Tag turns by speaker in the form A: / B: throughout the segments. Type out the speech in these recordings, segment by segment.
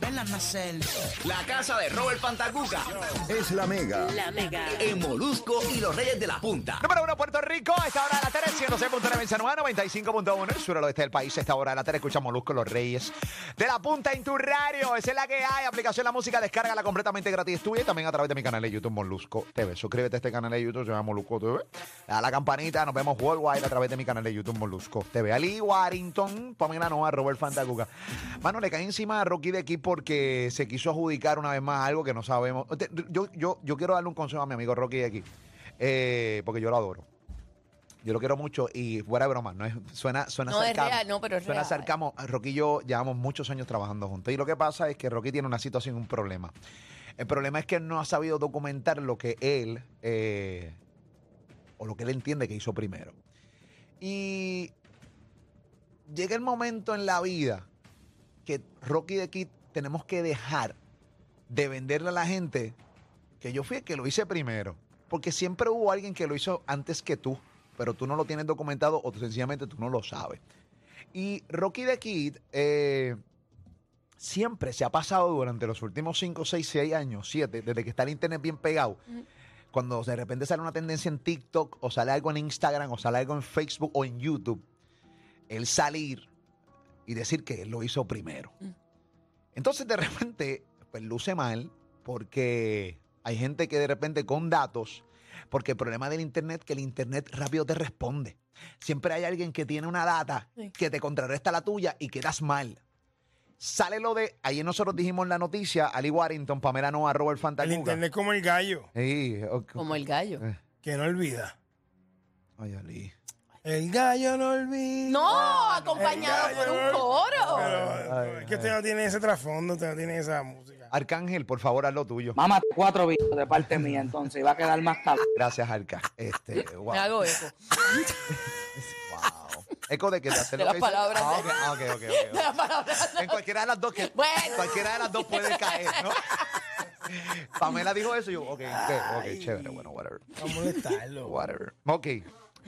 A: Verla nacer.
B: La casa de Robert Pantacuca
C: es la mega.
D: La mega.
B: en Molusco y los Reyes de la Punta.
E: Número uno, Puerto Rico, a esta hora de la 3, 106.9 en San Juan, 95.1 el sur oeste del país, a esta hora de la 3, escuchamos Luz con los Reyes de la Punta en tu radio, esa es la que hay, aplicación La Música, descárgala completamente gratis es tuya y también a través de mi canal de YouTube Molusco TV, suscríbete a este canal de YouTube, se llama Molusco TV, a la campanita, nos vemos worldwide a través de mi canal de YouTube Molusco TV, Ali Warrington, Pamela Noa, Robert Fantacuca. Mano, le cae encima a Rocky de aquí porque se quiso adjudicar una vez más algo que no sabemos, Te- yo, yo, yo quiero darle un consejo a mi amigo Rocky de aquí. Eh, porque yo lo adoro. Yo lo quiero mucho y fuera de broma, no es, suena, suena
D: No, es
E: sarcasmo.
D: real, no, pero es
E: Suena
D: real.
E: sarcasmo. Rocky y yo llevamos muchos años trabajando juntos y lo que pasa es que Rocky tiene una situación, un problema. El problema es que no ha sabido documentar lo que él eh, o lo que él entiende que hizo primero. Y llega el momento en la vida que Rocky de Kid tenemos que dejar de venderle a la gente que yo fui el que lo hice primero. Porque siempre hubo alguien que lo hizo antes que tú, pero tú no lo tienes documentado o tú sencillamente tú no lo sabes. Y Rocky the Kid eh, siempre se ha pasado durante los últimos 5, 6, 6 años, 7, desde que está el internet bien pegado. Cuando de repente sale una tendencia en TikTok o sale algo en Instagram o sale algo en Facebook o en YouTube, él salir y decir que él lo hizo primero.
D: Mm.
E: Entonces de repente, pues luce mal porque hay gente que de repente con datos, porque el problema del Internet que el Internet rápido te responde. Siempre hay alguien que tiene una data
D: Sí.
E: que te contrarresta la tuya y quedas mal. Sale lo de, ayer nosotros dijimos en la noticia, Ali Warrington, Pamela Noa, Robert
F: El
E: Fantacuga.
F: internet como el gallo,
E: Sí, ok.
D: Como el gallo.
E: Eh,
F: que no olvida.
E: Ay, Ali.
F: El gallo no olvida.
D: No, acompañado por un coro.
F: Pero,
E: Ay,
F: es que usted no tiene ese trasfondo, usted no tiene esa música.
E: Arcángel, por favor, haz lo tuyo.
G: Mamá, cuatro videos de parte mía, entonces, y va a quedar más tarde.
E: Gracias, Arca. Este, wow.
D: Me hago eco.
E: Wow. Eco de que te hacer
D: De
E: lo que
D: las
E: dice-
D: palabras
E: Ah,
D: de-
E: ok, ah, ok, ok, ok.
D: La palabra no-
E: En cualquiera de las dos que
D: Bueno.
E: cualquiera de las dos puede caer, ¿no? Pamela dijo eso y yo, ok, ok, ok, chévere, bueno, whatever.
F: Vamos a molestarlo.
E: Whatever. Ok.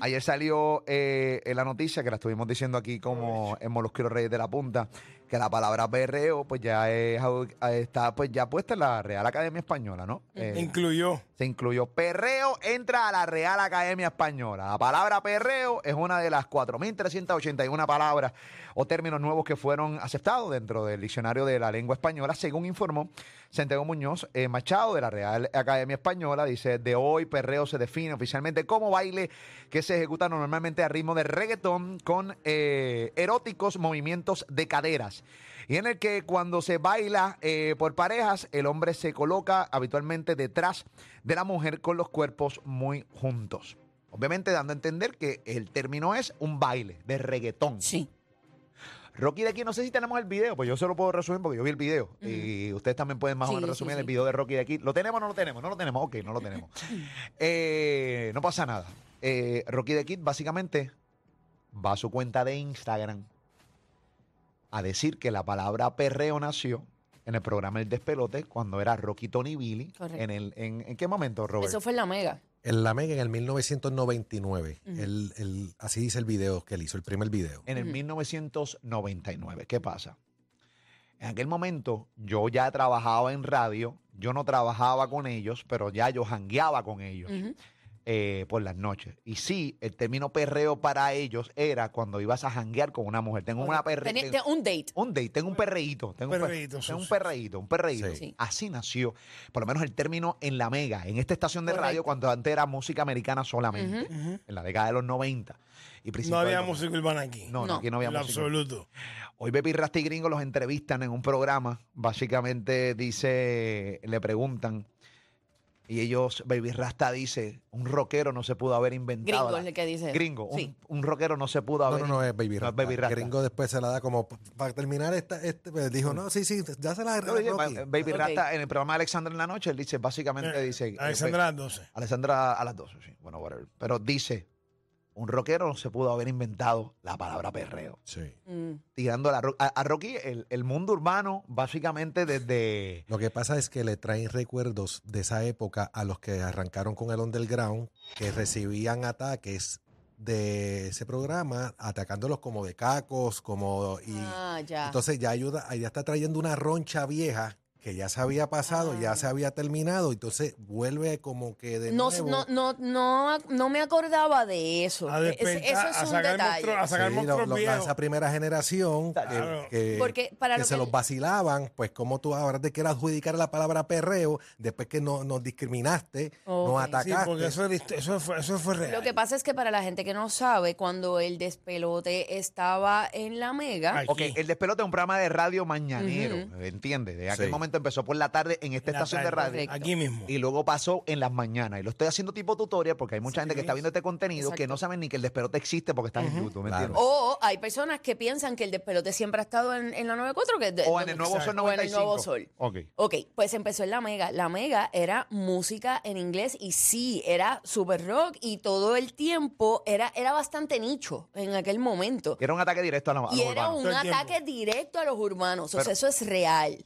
E: Ayer salió eh, en la noticia que la estuvimos diciendo aquí como en Molusquero Reyes de la Punta, que la palabra perreo pues ya es, está pues ya puesta en la Real Academia Española, ¿no? Eh,
F: Incluyó.
E: se incluyó. Perreo entra a la Real Academia Española. La palabra perreo es una de las 4.381 palabras o términos nuevos que fueron aceptados dentro del diccionario de la lengua española, según informó Santiago Muñoz eh, Machado de la Real Academia Española. Dice, de hoy perreo se define oficialmente como baile que se ejecuta normalmente a ritmo de reggaetón con eh, eróticos movimientos de caderas y en el que cuando se baila eh, por parejas, el hombre se coloca habitualmente detrás de la mujer con los cuerpos muy juntos. Obviamente dando a entender que el término es un baile de reggaetón.
D: Sí.
E: Rocky de aquí, no sé si tenemos el video, pues yo se lo puedo resumir porque yo vi el video. Y ustedes también pueden más
D: Sí,
E: o menos
D: sí,
E: resumir
D: sí.
E: el video de Rocky de aquí. ¿Lo tenemos o no lo tenemos? No lo tenemos, ok, no lo tenemos. Eh, no pasa nada. Eh, Rocky de Kid básicamente va a su cuenta de Instagram a decir que la palabra perreo nació en el programa El Despelote cuando era Rocky Tony Billy.
D: Correcto.
E: En, el, en, ¿en qué momento, Robert?
D: Eso fue en la mega.
H: En la Mega en el 1999. Él- él- así dice el video que él hizo, el primer video.
E: en el
D: Ujú.
E: 1999. ¿Qué pasa? En aquel momento yo ya trabajaba en radio, yo no trabajaba con ellos, pero ya yo jangueaba con ellos
D: Ujú.
E: eh, por las noches. Y sí, el término perreo para ellos era cuando ibas a janguear con una mujer. Tengo una perre-
D: Tenía-
E: tengo-
D: tenía un date.
E: un date, tengo un perreíto. Tengo
F: Perreíto,
E: un, per-
F: sí,
E: tengo un
F: sí,
E: perreíto, un perreíto.
H: Sí.
D: Sí.
E: Así nació, por lo menos el término en la mega, en esta estación de radio,
D: Correcto.
E: cuando antes era música americana solamente, en la década de los 90. Y
F: No
E: principios
F: había
E: del-
F: música urbana aquí.
E: No, no,
D: No.
E: aquí no había
F: En lo
E: música.
F: absoluto.
E: Hoy Pepe y Rasta y Gringo los entrevistan en un programa. Básicamente dice, le preguntan Y ellos, Baby Rasta dice, un rockero no se pudo haber inventado.
D: Gringo
E: la-
D: es el que dice.
E: Gringo, un,
D: Sí.
E: un rockero no se pudo
H: No,
E: haber.
H: no, no es Baby
E: No
H: Rasta.
E: es Baby Rasta.
H: Gringo después se la da como para terminar esta, este, pues, dijo, no, sí, sí, ya se la
E: Yo dije,
H: Rocky".
E: ba- Baby
D: Ok.
E: Rasta en el programa de Alexandra en la noche, él dice, básicamente dice. eh,
F: Alexandra, las 12.
E: Alessandra a las 12, sí. Bueno, whatever. Pero dice, un rockero no se pudo haber inventado la palabra perreo.
H: Sí.
D: Mm.
E: Tirando a, la ro- a- a Rocky, el, el mundo urbano, básicamente desde...
H: Lo que pasa es que le traen recuerdos de esa época a los que arrancaron con el underground, que recibían ataques de ese programa, atacándolos como de cacos, como... Y,
D: Ah, ya.
H: Entonces ya ayuda, ya está trayendo una roncha vieja que ya se había pasado, ya se había terminado, entonces vuelve como que de
D: no,
H: nuevo.
D: no, no, no, no me acordaba de eso.
F: A
D: Es-
F: despertar,
D: eso
F: a
D: es un
F: sacar
D: detalle.
F: monstruos, a sacar
H: Sí, lo-
F: monstruos
H: lo- a
F: viejos.
H: esa primera generación que-
F: Claro.
H: que,
D: Porque para
H: que
D: lo
H: se
D: que-
H: los vacilaban, pues como tú ahora te quieres adjudicar la palabra perreo después que no, nos discriminaste,
D: Ok.
H: nos
F: Sí,
H: atacaste.
F: porque eso, era hist- eso, fue, eso fue real.
D: Lo que pasa es que para la gente que no sabe, cuando el despelote estaba en la mega,
F: Ay,
E: Ok,
F: Aquí.
E: el despelote es un programa de radio mañanero, ¿entiendes? De aquel
H: Sí.
E: momento empezó por la tarde en esta
F: En la
E: estación de
F: tarde,
E: radio.
D: Correcto.
F: Aquí mismo.
E: Y luego pasó en las mañanas. Y lo estoy haciendo tipo tutorial porque hay mucha gente que está viendo este contenido que no saben ni que el despelote existe porque están en YouTube, ¿me
H: Claro.
E: entiendes?
D: o hay personas que piensan que el despelote siempre ha estado en, en la 94, que es de-
E: O, en el
D: donde-
E: Nuevo Sol
D: o en el
E: 95.
D: Nuevo Sol.
E: Ok.
D: Ok, pues empezó en La Mega. La Mega era música en inglés y sí, era super rock y todo el tiempo era, era bastante nicho en aquel momento.
E: Era un ataque directo a la a
D: Y
E: los
D: era
E: urbanos.
D: un
F: Todo el tiempo.
D: ataque directo a los urbanos. o
E: Pero-
D: sea, eso es real.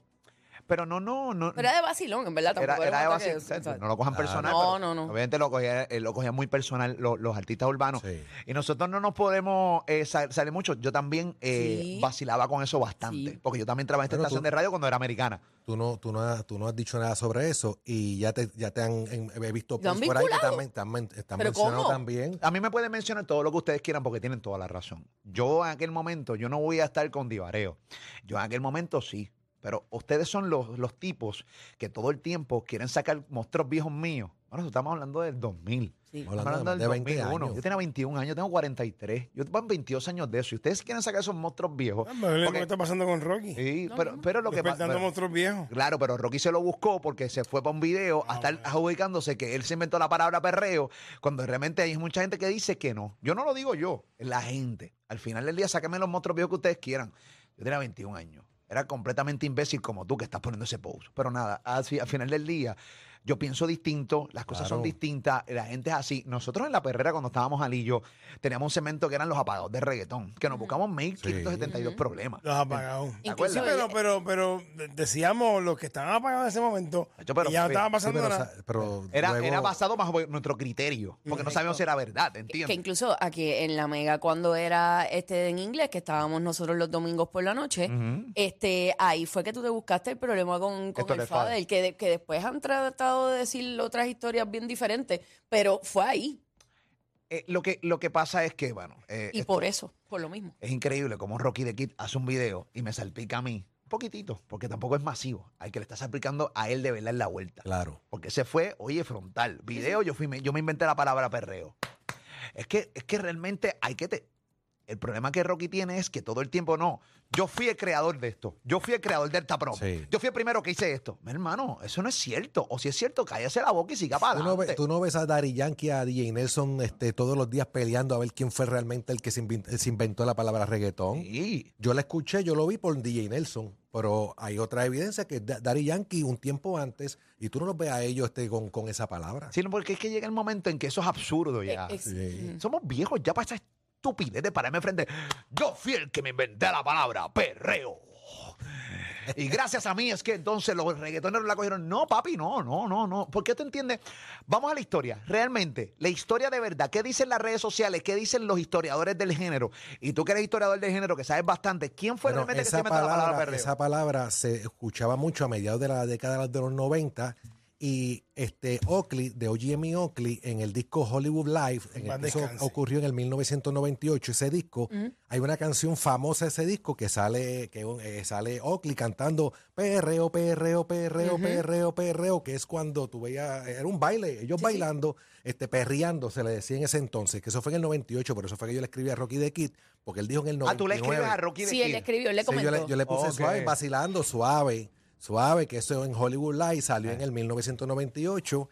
E: Pero no, no, no.
D: Pero era de vacilón, en verdad.
E: era,
D: Tampoco
E: era de
D: un ataque
E: vacil-
D: de- o sea,
E: no lo cojan
H: Claro.
E: personal.
D: No,
E: pero
D: no, no.
E: Obviamente lo cogían, eh, lo cogían muy personal lo- los artistas urbanos.
H: Sí.
E: Y nosotros no nos podemos eh, sa- salir mucho. Yo también eh,
D: Sí.
E: vacilaba con eso bastante.
D: Sí.
E: Porque yo también trabajé en esta
H: Pero
E: estación
H: tú-
E: de radio cuando era americana.
H: Tú no, tú, no has, tú no has dicho nada sobre eso y ya te, ya te han en- he visto
D: ¿Lo han
H: posts por ahí que
D: vinculado?
H: también, también, están
D: ¿Pero
H: mencionados
D: cómo?
H: también.
E: A mí me pueden mencionar todo lo que ustedes quieran porque tienen toda la razón. Yo en aquel momento, yo no voy a estar con divareo. Yo en aquel momento sí. Pero ustedes son los, los tipos que todo el tiempo quieren sacar monstruos viejos míos. Bueno, estamos hablando del 2000.
D: sí.
H: Hablando de más de 20 años.
E: Yo tenía 21 años, tengo 43. Yo tengo 22 años de eso. Y ustedes quieren sacar esos monstruos viejos.
F: Ah, pero es lo que
E: Porque-
F: está pasando con Rocky.
E: Sí, pero, pero lo que pasa.
F: Despertando monstruos viejos.
E: Claro, pero Rocky se lo buscó porque se fue para un video
F: Ah,
E: a estar adjudicándose que él se inventó la palabra perreo, cuando realmente hay mucha gente que dice que no. Yo no lo digo yo, es la gente. Al final del día, sáquenme los monstruos viejos que ustedes quieran. Yo tenía 21 años. Era completamente imbécil como tú que estás poniendo ese post. Pero nada, así, al final del día, yo pienso distinto, las cosas son
H: Claro.
E: distintas, la gente es así. Nosotros en la perrera, cuando estábamos al y yo, teníamos un segmento que eran los apagados de reggaetón, que nos buscamos 1572 problemas.
F: Los apagados.
E: ¿Te acuerdas?
D: Inclusive-
F: Pero, pero, pero de- decíamos los que estaban apagados en ese momento.
E: Nacho, pero-
F: y ya no estaba
H: Sí,
F: pasando
H: pero,
F: nada.
H: sa- pero
E: Era,
H: luego-
E: era basado bajo nuestro criterio, porque no sabíamos si era verdad,
D: Que
E: ¿entiendes?
D: incluso aquí en la Mega, cuando era este en inglés, que estábamos nosotros los domingos por la noche, este ahí fue que tú te buscaste el problema con, con
E: Esto
D: el
E: es Fadel.
D: Fadel, que, de- que después han tratado de decir otras historias bien diferentes, pero fue ahí.
E: Eh, lo, que, lo que pasa es que, bueno, eh,
D: Y
E: es,
D: por eso, por lo mismo.
E: es increíble como Rocky de Kid hace un video y me salpica a mí, un poquitito, porque tampoco es masivo. Hay que le está salpicando a él de verdad en la vuelta.
H: Claro.
E: Porque se fue, oye, frontal. Video, yo, fui, me- yo me inventé la palabra perreo. Es que, es que realmente hay que... Te... El problema que Rocky tiene es que todo el tiempo no. Yo fui el creador de esto. Yo fui el creador del taprón.
H: Sí.
E: Yo fui el primero que hice esto. Mi hermano, eso no es cierto. O si es cierto, cállese la boca y siga para
H: Tú no, ves,
E: adelante.
H: tú no ves a Daddy Yankee, a DJ Nelson este, todos los días peleando a ver quién fue realmente el que se invin- se inventó, la palabra reggaetón.
E: Sí.
H: Yo la escuché, yo lo vi por DJ Nelson, pero hay otra evidencia que Da- Daddy Yankee un tiempo antes, y tú no los ves a ellos este, con, con esa palabra.
E: Sino porque es que llega el momento en que eso es absurdo ya.
D: Eh, ex-
H: Sí.
E: Somos viejos ya para esa estupidez de pararme frente. Yo fui el que me inventé la palabra perreo. Y gracias a mí es que entonces los reggaetoneros la cogieron. No, papi, no, no, no, no. ¿Por qué tú entiendes? Vamos a la historia. Realmente, la historia de verdad. ¿Qué dicen las redes sociales? ¿Qué dicen los historiadores del género? Y tú que eres historiador del género, que sabes bastante. ¿Quién fue
H: Bueno,
E: realmente que se
H: esa,
E: inventó la palabra
H: palabra,
E: perreo?
H: esa palabra se escuchaba mucho a mediados de la década de los 90 y este Oakley, de OGM y Oakley, en el disco Hollywood Live, en
F: Paz
H: el que eso
F: descanse.
H: ocurrió en el 1998, ese disco, hay una canción famosa de ese disco que sale que eh, sale Oakley cantando perreo, perreo, perreo, perreo, perreo, que es cuando tú veías, era un baile, ellos bailando, este perreando, se le decía en ese entonces, que eso fue en el 98, por eso fue que yo le escribí a Rocky the Kid, porque él dijo en el 99.
E: ah, tú le escribes a Rocky de
D: Sí, él
E: Kid.
D: escribió, él le
H: Sí, yo,
D: comentó.
H: le, yo le puse
E: Ok.
H: suave,
E: Ah.
H: vacilando, suave, suave, que eso en Hollywood Live salió en el 1998.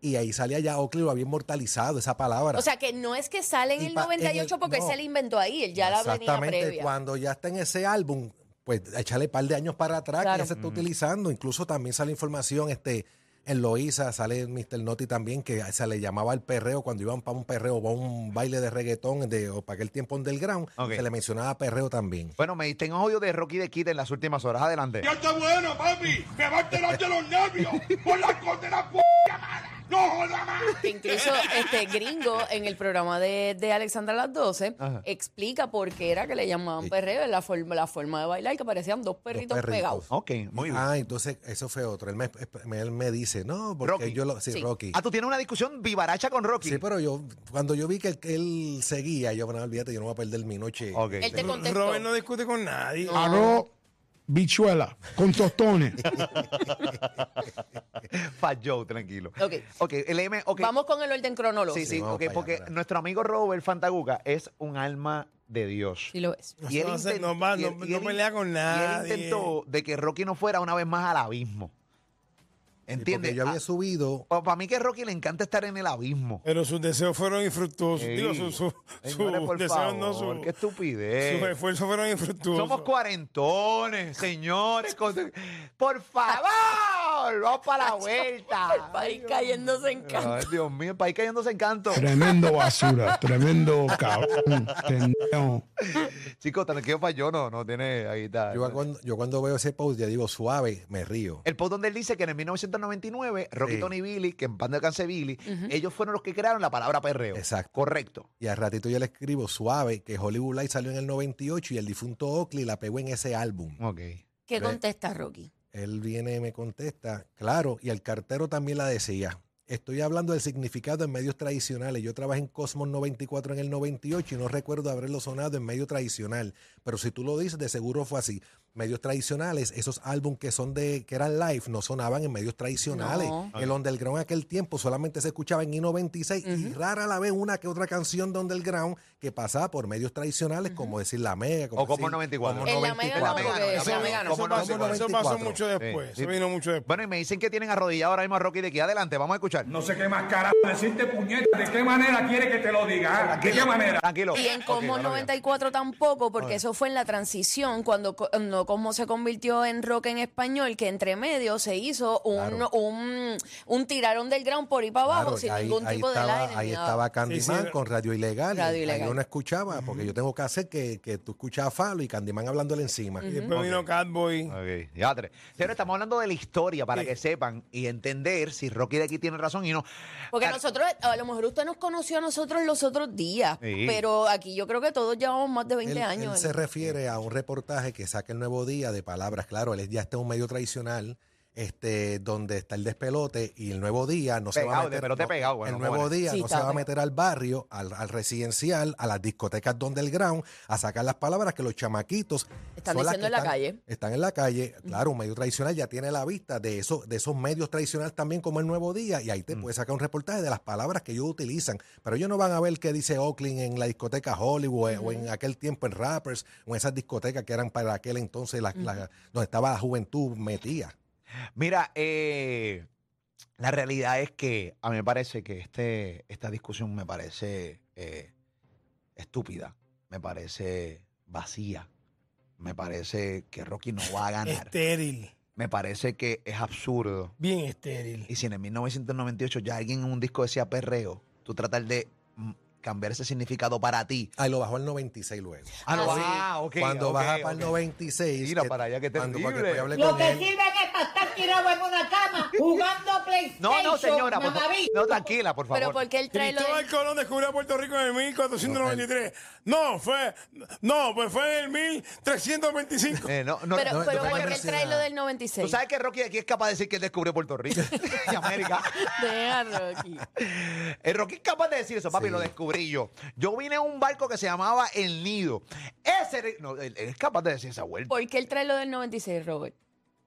H: Y ahí salía ya Oakley, lo había inmortalizado esa palabra.
D: O sea, que no es que sale en
H: Y
D: el
H: pa- en el-
D: 98 porque
H: no.
D: se la inventó ahí, él ya la venía
H: Exactamente,
D: previa.
H: cuando ya está en ese álbum, pues échale un par de años para atrás
D: Claro.
H: que ya
E: Mm.
H: se está utilizando. Incluso también sale información este, en Loiza, sale en Mr. Noti también, que se le llamaba el perreo cuando iban para un perreo, para un baile de reggaetón de, o para aquel tiempo underground,
E: Ok.
H: se le mencionaba perreo también.
E: Bueno, me diste un audio de Rocky de Kid en las últimas horas. Adelante.
A: Ya está bueno, papi. Me va a enterar de los nervios. Por la condena p*** mala. No joda más.
D: Que incluso este gringo en el programa de, de Alexandra a las 12
E: Ajá.
D: explica por qué era que le llamaban perreo, la forma, la forma de bailar, que parecían dos perritos,
H: perritos.
D: pegados.
E: Ok, muy bien.
H: Ah, entonces eso fue otro. Él me, él me dice, no, porque
E: Rocky.
H: yo lo. Sí,
D: Sí.
H: Rocky.
E: Ah, tú tienes una discusión vivaracha con Rocky.
H: Sí, pero yo, cuando yo vi que él, que él seguía, yo, bueno, olvídate, yo no voy a perder mi noche.
E: Ok.
D: Él te contestó.
F: Robert no discute con nadie.
E: Ah,
A: Arroz, bichuela, con tostones.
E: Fat Joe, tranquilo.
D: Ok.
E: Ok, el M, ok.
D: Vamos con el orden cronológico.
E: Sí,
H: Sí,
E: sí,
H: vamos
E: ok,
H: para allá,
E: porque
H: para allá.
E: nuestro amigo Robert Fantaguca es un alma de Dios.
D: Sí lo es.
E: Y él
F: No se-
E: inten-
F: no va-
E: y él-
F: no-
E: y él
F: no pelea
E: in-
F: con
E: y él
F: nadie.
E: intentó de que Rocky no fuera una vez más al abismo.
H: Sí, porque
E: ¿Entiendes?
H: yo había subido.
E: para mí que Rocky le encanta estar en el abismo.
F: Pero sus deseos fueron infructuosos.
E: Ey,
F: Digo, sus Eh, su,
E: señores,
F: sus
E: por
F: deseos no
E: favor,
F: su-
E: qué estupidez.
F: Sus esfuerzos fueron infructuosos.
E: Somos cuarentones, señores. con- Por favor, vamos para la vuelta.
D: Ahí cayéndose en canto.
E: Ay, Dios mío, el país cayéndose en canto.
A: Tremendo basura, tremendo cabrón. Pendejo.
E: Chicos, tranquilo para yo, no, no tiene ahí está.
H: Yo cuando, yo cuando veo ese post, ya digo suave, me río.
E: El post donde él dice que en el 1999, Rocky
H: Sí.
E: Tony Billy, que en pan de alcance Billy, ellos fueron los que crearon la palabra perreo.
H: Exacto.
E: Correcto.
H: Y al ratito yo le escribo suave, que Hollywood Light salió en el 98 y el difunto Oakley la pegó en ese álbum.
E: Ok.
D: ¿Qué
H: Ve.
D: contesta Rocky?
H: Él viene y me contesta, claro, y el cartero también la decía. Estoy hablando del significado en medios tradicionales. Yo trabajé en Cosmos 94 en el 98 y no recuerdo haberlo sonado en medio tradicional. Pero si tú lo dices, de seguro fue así. Medios tradicionales, esos álbumes que son de que eran live, no sonaban en medios tradicionales.
D: No.
H: El underground en aquel tiempo solamente se escuchaba en I96 y rara la vez una que otra canción de underground que pasaba por medios tradicionales, como decir La Mega.
E: O Cosmos 94.
H: como
D: En La Mega no,
H: 94.
D: porque
E: La Mega,
D: La Mega no.
F: Eso
E: Cómo no,
F: pasó,
E: cómo no.
F: eso
H: 94.
F: pasó mucho después.
E: Sí, sí.
F: Eso vino mucho después.
E: Bueno, y me dicen que tienen arrodillado ahora mismo a Rocky de aquí. Adelante, vamos a escuchar.
A: No sé qué más carajo decirte, puñeta. ¿De qué manera quiere que te lo diga? ah? ¿De qué manera?
E: Tranquilo.
D: Y en
E: Ok, no
D: Cosmos
E: lo vean.
D: 94 tampoco, porque eso fue en la transición, cuando, co- cuando Cosmos se convirtió en rock en español, que entre medio se hizo un,
H: Claro.
D: un, un tirarón del ground por ahí para abajo,
H: Claro,
D: sin
H: ahí,
D: ningún
H: ahí
D: tipo de
H: estaba,
D: line.
H: Ahí estaba Candyman
F: sí.
H: con Radio Ilegal.
D: Radio
H: Ahí
D: Ilegal.
H: Yo no escuchaba, porque yo tengo que hacer que, que tú escuchabas Falo y Candyman hablándole encima.
F: y después vino Catboy.
E: Ok, ya tres. Señores, estamos hablando de la historia para que sepan y entender si Rocky de aquí tiene razón y no.
D: Porque
E: Claro,
D: nosotros, a lo mejor usted nos conoció a nosotros los otros días,
E: Sí.
D: pero aquí yo creo que todos llevamos más de 20
H: Él, él
D: años.
H: se refiere a un reportaje que saca el Nuevo Día de palabras, claro, él es- ya está en un medio tradicional. Este, donde está el despelote y el nuevo día no se va a
E: Pegado,
H: meter
E: despelote
H: no,
E: pegado, bueno,
H: el nuevo
E: jóvenes.
H: día
D: Sí,
H: no se
D: está
H: va a
D: pegado.
H: meter al barrio al, al residencial a las discotecas underground a sacar las palabras que los chamaquitos
D: Están
H: son las
D: diciendo
H: que
D: en la calle.
H: están en la calle, claro, un medio tradicional ya tiene la vista de, eso, de esos medios tradicionales también como el Nuevo Día y ahí te puede sacar un reportaje de las palabras que ellos utilizan, pero ellos no van a ver qué dice Oakland en la discoteca Hollywood eh, o en aquel tiempo en Rappers o en esas discotecas que eran para aquel entonces la- la- donde estaba la juventud metida.
E: Mira, eh, la realidad es que a mí me parece que este, esta discusión me parece eh, estúpida, me parece vacía, me parece que Rocky no va a ganar,
H: Este
F: Estéril.
E: me parece que es absurdo.
F: Bien estéril.
E: Y si en el 1998 ya alguien en un disco decía perreo, tú tratar de mm, cambiar ese significado para ti.
H: Ahí lo bajó al 96 luego.
E: Ah,
D: no,
E: ah, ok,
H: Cuando
E: ok,
H: baja para el
E: ok.
H: 96.
E: Mira
H: que-
E: para allá, qué
H: cuando- porque
E: terrible.
H: yo hablé
C: Lo
H: con
C: que
H: él.
C: sirve es para estar tirado en una cama jugando PlayStation.
E: No, no, señora, por favor.
C: mamabicho.
E: No, tranquila, por favor.
D: Pero porque él trae lo de-
F: Cristóbal Colón descubrió a Puerto Rico en el 1493. No, fue. No, pues fue en el 1325.
E: Eh, no, no,
D: Pero,
E: no,
D: pero
E: tú sabes
D: porque
E: que-
D: él trae lo del 96.
E: Tú sabes que Rocky aquí es capaz de decir que él descubrió Puerto Rico y América.
D: Deja, Rocky.
E: El Rocky es capaz de decir eso, papi,
H: Sí.
E: lo descubrí yo. Yo vine a un barco que se llamaba El Nido. Ese era- no, él, él es capaz de decir esa vuelta.
D: ¿Por qué él trae lo del 96, Robert?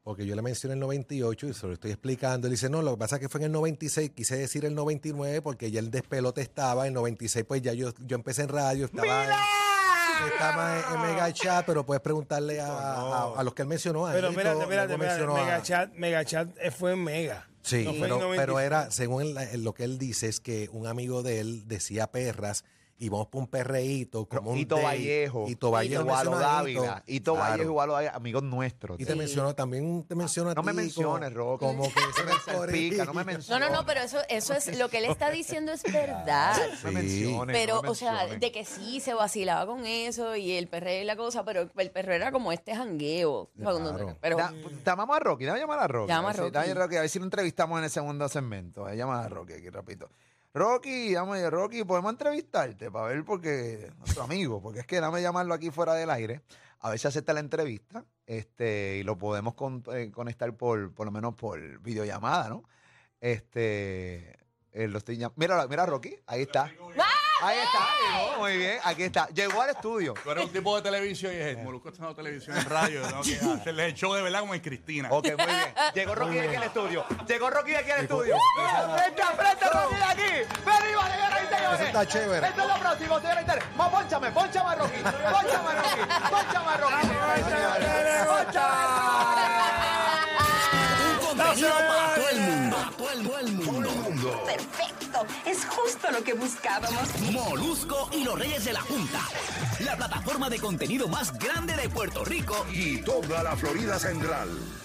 H: Porque yo le mencioné el 98 y se lo estoy explicando. Él dice, no, lo que pasa es que fue en el 96, quise decir el 99 porque ya el despelote estaba. En el 96 pues ya yo, yo empecé en radio, estaba, en, estaba en, en Mega Chat, pero puedes preguntarle a, a- a los que él mencionó. a
F: Pero
H: Angelito,
F: espérate, espérate,
H: luego
F: espérate.
H: mencionó a-
F: Megachat, Megachat eh, fue en Mega.
H: Sí,
F: No fue en
H: pero,
F: 95.
H: pero era, según él, eh, lo que él dice, es que un amigo de él decía perras y vamos por un perreíto como un
E: Hito
H: date.
E: Vallejo.
H: Hito Vallejo.
E: Igualo
H: mencionó a Hito.
E: Dávila. Hito
H: Claro.
E: Vallejo, Igualo Dávila, amigos nuestros.
H: Y te mencionó, también te mencionó a
E: Ah, No me
H: ti
E: menciones,
H: como,
E: Rocky.
H: como que se
E: me salpica, no me
D: No,
E: menciones.
D: no, no, pero eso, eso es lo que él está diciendo es verdad.
E: No me
H: Ah. Sí.
E: menciones.
D: Pero,
E: no me
D: o sea,
E: menciones.
D: de que sí se vacilaba con eso y el perreo y la cosa, pero el perreo era como este jangueo.
H: Claro.
D: Pero
E: Da- llamamos a Rocky, dame a llamar a Rocky.
D: Llama a
E: a ver si-
D: Rocky.
E: dame a Rocky, a ver si lo entrevistamos en el segundo segmento. Eh, Llama a Rocky aquí, rapidito. Rocky, dame, Rocky, podemos entrevistarte para ver porque nuestro amigo, porque es que dame llamarlo aquí fuera del aire, a ver si acepta la entrevista, este, y lo podemos con- eh, conectar por, por lo menos por videollamada, ¿no? Este, eh, lo estoy llam- mira, mira Rocky, ahí está. Ahí está, llegó, muy bien, aquí está. Llegó al estudio.
I: Tú eres un tipo de televisión y es Molusco está dando televisión en radio. Tengo que hacerle el show de verdad como en Cristina.
E: Ok, muy bien. Llegó Rocky aquí al estudio. Llegó Rocky aquí al estudio. ¡Frente a frente, Rocky de aquí! ¡Ven y vale, señores y señores!
H: Eso está chévere.
E: Esto es lo próximo, señores y señores. Más ponchame, ponchame a Rocky. Ponchame a Rocky. Ponchame a Rocky.
B: Un contenido para todo el mundo. Para todo el, todo el mundo.
C: Perfecto, es justo lo que buscábamos.
B: Molusco y los Reyes de la Punta. La plataforma de contenido más grande de Puerto Rico
A: Y toda la Florida Central.